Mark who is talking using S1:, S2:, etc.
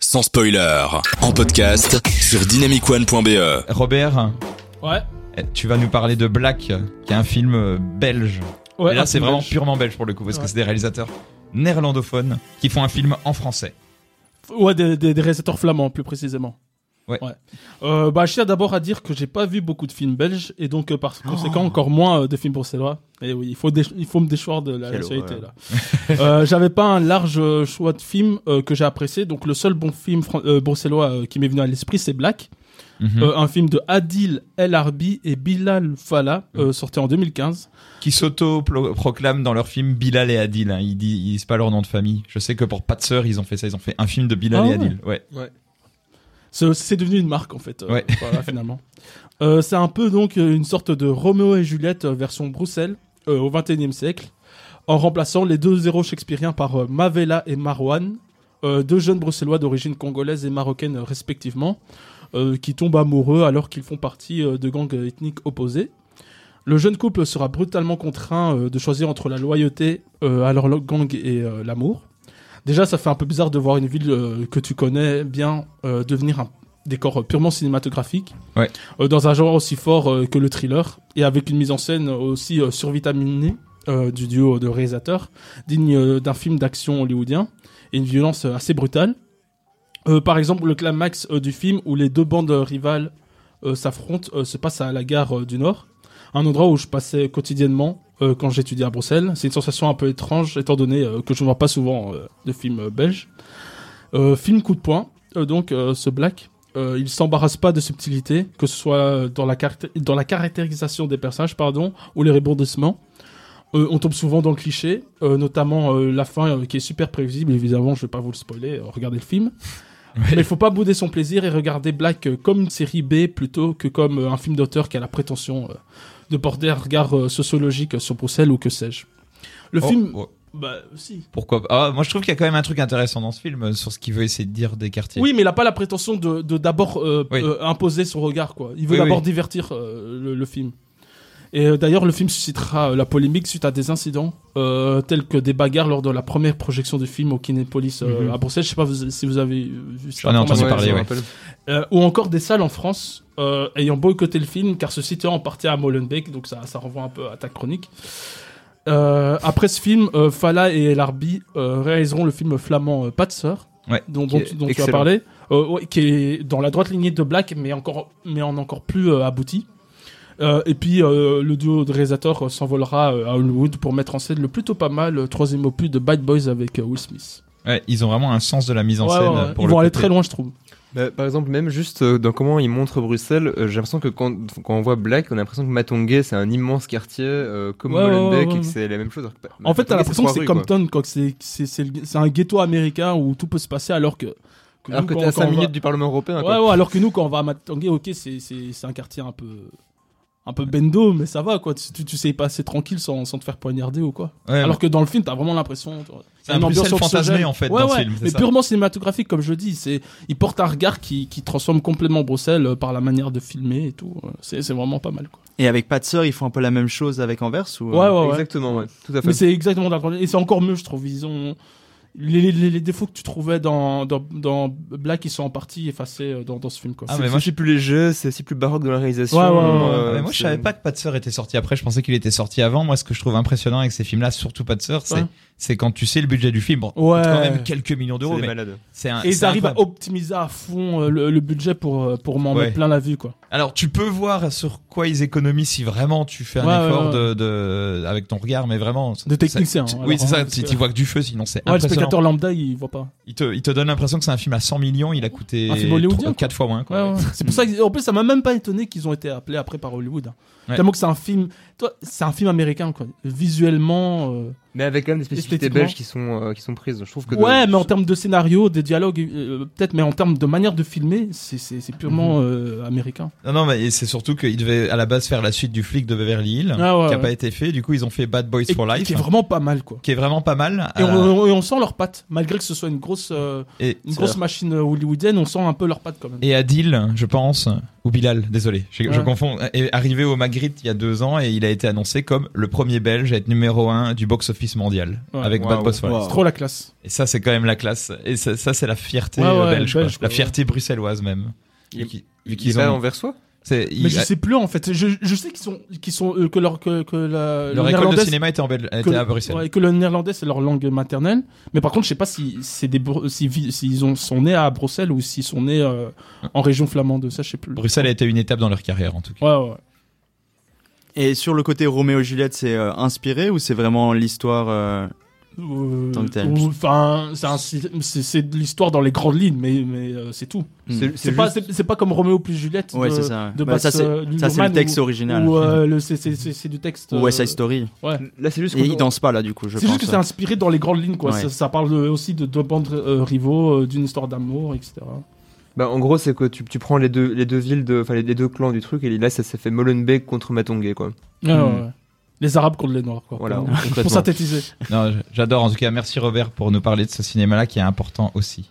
S1: sans spoiler. En podcast sur dynamicone.be.
S2: Robert, eh,
S3: Ouais.
S2: tu vas nous parler de Black, qui est un film euh, belge.
S3: Ouais,
S2: Et là, c'est vraiment
S3: belge.
S2: purement belge pour le coup, parce que
S3: Ouais.
S2: c'est des réalisateurs néerlandophones qui font un film en français.
S3: Ouais, des, des, des réalisateurs flamands, plus précisément.
S2: Ouais.
S3: Euh, bah, je tiens d'abord à dire que j'ai pas vu beaucoup de films belges et donc euh, par
S2: Oh.
S3: conséquent encore moins euh, de films bruxellois. Et oui, il faut, déch- il faut me déchoir de la
S4: Quelle
S3: nationalité là. Euh, J'avais pas un large euh, choix de films euh, que j'ai apprécié. Donc le seul bon film fran- euh, bruxellois euh, qui m'est venu à l'esprit, c'est Black,
S2: Mhm.
S3: Euh, un film de Adil El Arbi et Bilal Fala, euh,
S2: Hmm.
S3: sorti en 2015.
S2: Qui s'auto-proclament dans leur film Bilal et Adil. hein. Ils disent, ils disent pas leur nom de famille. Je sais que pour Pas de sœur, ils ont fait ça. Ils ont fait un film de Bilal
S3: Ah
S2: et
S3: ouais.
S2: Adil. Ouais.
S3: C'est c'est devenu une marque en fait. euh,
S2: Ouais.
S3: voilà, finalement. Euh, c'est un peu donc euh, une sorte de Roméo et Juliette euh, version Bruxelles euh, au XXIe siècle, en remplaçant les deux héros shakespeariens par euh, Mavella et Marwan, euh, deux jeunes Bruxellois d'origine congolaise et marocaine euh, respectivement, euh, qui tombent amoureux alors qu'ils font partie euh, de gangs euh, ethniques opposés. Le jeune couple sera brutalement contraint euh, de choisir entre la loyauté euh, à leur lo- gang et euh, l'amour. Déjà, ça fait un peu bizarre de voir une ville euh, que tu connais bien euh, devenir un décor euh, purement cinématographique,
S2: Ouais.
S3: Euh, dans un genre aussi fort euh, que le thriller, et avec une mise en scène aussi euh, survitaminée euh, du duo de réalisateurs, digne euh, d'un film d'action hollywoodien, et une violence euh, assez brutale. Euh, par exemple, le climax euh, du film où les deux bandes euh, rivales euh, s'affrontent euh, se passe à la gare euh, du Nord, un endroit où je passais quotidiennement euh, quand j'étudiais à Bruxelles. C'est une sensation un peu étrange, étant donné euh, que je ne vois pas souvent euh, de films euh, belges. Euh, film coup de poing, euh, donc euh, ce Black. Euh, il s'embarrasse pas de subtilité, que ce soit euh, dans la, caracté- dans la caractérisation des personnages pardon, ou les rebondissements. Euh, on tombe souvent dans le cliché, euh, notamment euh, la fin euh, qui est super prévisible, évidemment je vais pas vous le spoiler, euh, regardez le film. Mais il faut pas bouder son plaisir et regarder Black euh, comme une série B plutôt que comme euh, un film d'auteur qui a la prétention euh, de porter un regard euh, sociologique sur Bruxelles ou que sais-je. Le
S2: Oh,
S3: film...
S2: oh,
S3: Bah si.
S2: pourquoi pas. Ah, moi, je trouve qu'il y a quand même un truc intéressant dans ce film euh, sur ce qu'il veut essayer de dire des quartiers.
S3: Oui, mais il n'a pas la prétention de, de d'abord euh,
S2: Oui.
S3: euh, imposer son regard, quoi. Il veut
S2: Oui,
S3: d'abord
S2: oui.
S3: divertir euh, le, le film. Et euh, d'ailleurs, le film suscitera euh, la polémique suite à des incidents euh, tels que des bagarres lors de la première projection du film au Kinépolis euh,
S4: Mhm.
S3: à Bruxelles. Je sais pas vous- si vous avez vu cette
S2: J'en ai entendu
S3: information.
S2: Ouais, parler, je me ouais.
S3: Euh, ou encore des salles en France euh, ayant boycotté le film car se situant en partie à Molenbeek, donc ça, ça renvoie un peu à ta chronique. Euh, après ce film, euh, Fala et Larbi réaliseront le film flamand euh, Pas de sœur,
S2: Ouais,
S3: dont, dont
S4: qui est
S3: tu- dont tu as
S4: excellent.
S3: parlé, euh, ouais, qui est dans la droite lignée de Black, mais, encore, mais en encore plus euh, abouti. Euh, et puis euh, le duo de réalisateurs euh, s'envolera euh, à Hollywood pour mettre en scène le plutôt pas mal euh, troisième opus de Bad Boys avec euh, Will Smith.
S2: Ouais, ils ont vraiment un sens de la mise en
S3: Ouais,
S2: scène.
S3: ouais,
S2: euh,
S3: ouais.
S2: pour
S3: Ils
S2: le
S3: vont aller
S2: côté.
S3: très loin, je trouve.
S4: Bah, par exemple, même juste euh, dans comment ils montrent Bruxelles, euh, j'ai l'impression que quand, quand on voit Black, on a l'impression que Matongué, c'est un immense quartier euh, comme
S3: Ouais, ouais,
S4: Molenbeek
S3: ouais, ouais.
S4: et que c'est la même chose. alors que pa-
S3: En fait, t'as
S4: Matongué,
S3: l'impression que
S4: trois
S3: c'est
S4: rues, quoi.
S3: Compton, quoi. que c'est- c'est- C'est le- c'est un ghetto américain où tout peut se passer alors que. que
S4: Alors
S3: nous,
S4: que
S3: quand-
S4: t'es à
S3: quand
S4: 5
S3: on va-
S4: minutes du Parlement européen.
S3: Ouais,
S4: quoi.
S3: ouais, alors que nous, quand on va à Matangue, ok, c'est- c'est c'est un quartier un peu. Un peu bendo, mais ça va, quoi. Tu, tu- tu sais passer tranquille sans, sans te faire poignarder ou quoi.
S2: Ouais,
S3: alors que dans le film, t'as vraiment l'impression. tu vois,
S2: C'est un
S3: une
S2: Bruxelles
S3: ambiance
S2: fantasmé,
S3: oxygène.
S2: en fait,
S3: Ouais,
S2: dans ce
S3: ouais,
S2: film, c'est
S3: Mais
S2: ça. Ah,
S3: purement cinématographique, comme je dis. C'est, il porte un regard qui, qui transforme complètement Bruxelles euh, par la manière de filmer et tout. euh, C'est c'est vraiment pas mal, quoi.
S5: Et avec Pas de sœur, ils font un peu la même chose avec Anvers ou euh,
S3: Ouais, ouais, ouais.
S4: Exactement, ouais. Tout à fait.
S3: Mais c'est exactement dans la grande- Et c'est encore mieux, je trouve. Ils ont. Les, les- les défauts que tu trouvais dans, dans, dans Black, ils sont en partie effacés euh, dans, dans ce film. Quoi.
S2: Ah,
S4: c'est
S2: mais moi,
S4: aussi plus léger, c'est aussi plus baroque dans la réalisation.
S3: Ouais, ouais, ouais, ouais.
S2: Ah,
S4: euh,
S2: mais moi je
S4: c'est-
S2: savais pas que Pas de sœur était sorti après, je pensais qu'il était sorti avant. Moi ce que je trouve impressionnant avec ces films-là, surtout Pas de sœur, c'est
S3: Ouais.
S2: c'est quand tu sais le budget du film. Bon,
S3: Ouais.
S2: coûte quand même quelques millions
S4: C'est
S2: d'euros,
S4: des
S2: mais
S4: malades.
S2: c'est un.
S3: Et
S2: c'est
S3: ils arrivent à
S2: incroyable.
S3: optimiser à fond euh, le, le budget pour, euh, pour m'en
S2: Ouais.
S3: mettre plein la vue. Quoi.
S2: Alors tu peux voir sur quoi ils économisent si vraiment tu fais un
S3: Ouais, ouais,
S2: effort
S3: ouais.
S2: De, de- avec ton regard, mais vraiment.
S3: De technicien,
S2: ça-
S3: hein,
S2: oui,
S3: alors,
S2: c'est ça.
S3: hein, parce
S2: Tu
S3: que-
S2: tu vois que du feu, sinon c'est
S3: Ouais, le
S2: impressionnant.
S3: spectateur lambda, il voit pas.
S2: Il te, il te donne l'impression que c'est un film à 100 millions, il a coûté
S3: Un film hollywoodien, quoi.
S2: 4 fois moins.
S3: Ouais,
S2: Quoi.
S3: ouais. C'est pour ça que, en plus, ça m'a même pas étonné qu'ils ont été appelés après par Hollywood. hein.
S2: Ouais.
S3: Tellement que c'est un film. Toi, c'est un film américain, quoi. Visuellement. euh,
S4: Mais avec quand même des spécificités
S3: Esthétiquement.
S4: belges qui sont, euh, qui sont prises. Je trouve que. de-
S3: Ouais, mais en termes de scénario, des dialogues, euh, peut-être, mais en termes de manière de filmer, c'est- c'est c'est purement
S4: Mm-hmm.
S3: euh, américain.
S2: Non, non, mais c'est surtout qu'il devait à la base faire la suite du flic de Beverly Hills,
S3: Ah, ouais,
S2: qui a
S3: ouais.
S2: pas été fait. Du coup, ils ont fait Bad Boys
S3: Et,
S2: for
S3: et
S2: Life,
S3: qui est vraiment pas mal, quoi.
S2: qui est vraiment pas mal.
S3: Et
S2: Euh,
S3: on, et on sent leurs pattes, malgré que ce soit une grosse, euh,
S2: Et,
S3: une grosse machine euh, hollywoodienne, on sent un peu leurs pattes quand même.
S2: et Adil, je pense, ou Bilal, désolé, je, je
S3: Ouais.
S2: confonds, est arrivé au Magritte il y a deux ans et il a été annoncé comme le premier Belge à être numéro un du box-office Fils mondial
S3: Ouais.
S2: avec Bad
S4: Waouh.
S2: Boss Wallace.
S5: Waouh.
S3: C'est trop la classe.
S2: Et ça, c'est quand même la classe. Et ça, ça, c'est la fierté
S3: Ouais,
S2: euh,
S3: ouais,
S2: belge,
S3: belge,
S2: quoi. la
S3: quoi,
S2: fierté bruxelloise même.
S4: Il-
S2: Vu qu'ils- vu
S4: Qui
S2: qu'ils
S4: va
S2: ont-
S4: envers soi
S2: c'est-
S3: mais
S2: ils-
S3: je sais plus en fait. Je, je sais qu'ils sont, qu'ils sont euh, que leur que, que
S2: leur
S3: la, le
S2: école de
S3: néerlandais,
S2: cinéma était, en Bel-
S3: que,
S2: était à Bruxelles.
S3: ouais, que le néerlandais c'est leur langue maternelle. Mais par contre, je sais pas si c'est des Bru- si vi- s'ils ont sont nés à Bruxelles ou s'ils sont nés euh, en région flamande. Ça, je sais plus. Ouais,
S2: Bruxelles a été une étape dans leur carrière, en tout cas.
S3: ouais.
S5: Et sur le côté Roméo et Juliette, c'est euh, inspiré ou c'est vraiment l'histoire euh,
S3: Euh,
S5: Tant que tel.
S3: ou- Enfin, c'est un- c'est c'est de l'histoire dans les grandes lignes, mais mais euh, c'est tout.
S5: C'est-
S3: C'est pas c'est c'est pas comme Roméo plus Juliette.
S5: Ouais,
S3: de-
S5: c'est ça. ouais.
S3: de
S5: Bah, ça,
S3: Bas,
S5: c'est
S3: euh,
S5: ça, c'est
S3: Lindemann
S5: le texte
S3: ou-
S5: original.
S3: Ou euh, le- c'est- c'est c'est- c'est du texte.
S5: Ou West
S3: euh,
S5: Side Story.
S4: Là, c'est juste.
S5: Et ils
S4: qu'on-
S5: dansent pas là, du coup, je
S3: C'est juste que
S5: pense. hein.
S3: c'est inspiré dans les grandes lignes, quoi.
S5: Ouais.
S3: Ça, ça parle euh, aussi de deux bandes euh, rivaux, euh, d'une histoire d'amour, etc.
S4: Bah, en gros, c'est que tu, tu prends les deux, les deux villes, de, enfin les, les deux clans du truc, et là, ça s'est fait Molenbeek contre Matongué, quoi.
S3: Ouais, ouais,
S5: Hmm.
S3: ouais. Les Arabes contre les Noirs, quoi.
S4: Voilà,
S3: Pour-
S4: concrètement.
S3: Pour synthétiser.
S2: Non, j- j'adore. En tout cas, merci Robert pour nous parler de ce cinéma-là qui est important aussi.